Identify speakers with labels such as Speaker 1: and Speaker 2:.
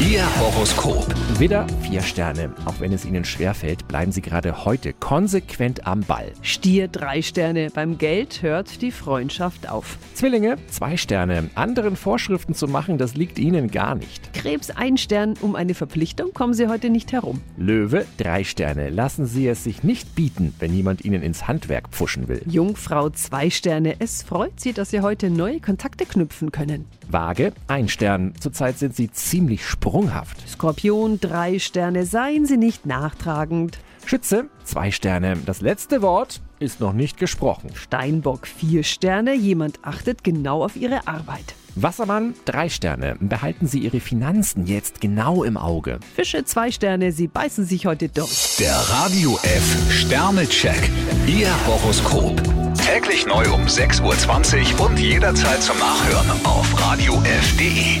Speaker 1: Ihr Horoskop.
Speaker 2: Widder, vier Sterne. Auch wenn es Ihnen schwerfällt, bleiben Sie gerade heute konsequent am Ball.
Speaker 3: Stier drei Sterne. Beim Geld hört die Freundschaft auf.
Speaker 2: Zwillinge, zwei Sterne. Anderen Vorschriften zu machen, das liegt Ihnen gar nicht.
Speaker 3: Krebs ein Stern. Um eine Verpflichtung kommen Sie heute nicht herum.
Speaker 2: Löwe, drei Sterne. Lassen Sie es sich nicht bieten, wenn jemand Ihnen ins Handwerk pfuschen will.
Speaker 3: Jungfrau zwei Sterne. Es freut Sie, dass Sie heute neue Kontakte knüpfen können.
Speaker 2: Waage, ein Stern. Zurzeit sind Sie ziemlich sprunghaft.
Speaker 3: Skorpion drei Sterne. Seien Sie nicht nachtragend.
Speaker 2: Schütze, zwei Sterne. Das letzte Wort ist noch nicht gesprochen.
Speaker 3: Steinbock vier Sterne. Jemand achtet genau auf Ihre Arbeit.
Speaker 2: Wassermann, drei Sterne. Behalten Sie Ihre Finanzen jetzt genau im Auge.
Speaker 3: Fische zwei Sterne. Sie beißen sich heute durch.
Speaker 1: Der Radio F Sternecheck. Ihr Horoskop. Täglich neu um 6.20 Uhr und jederzeit zum Nachhören auf Radio E. radiof.de.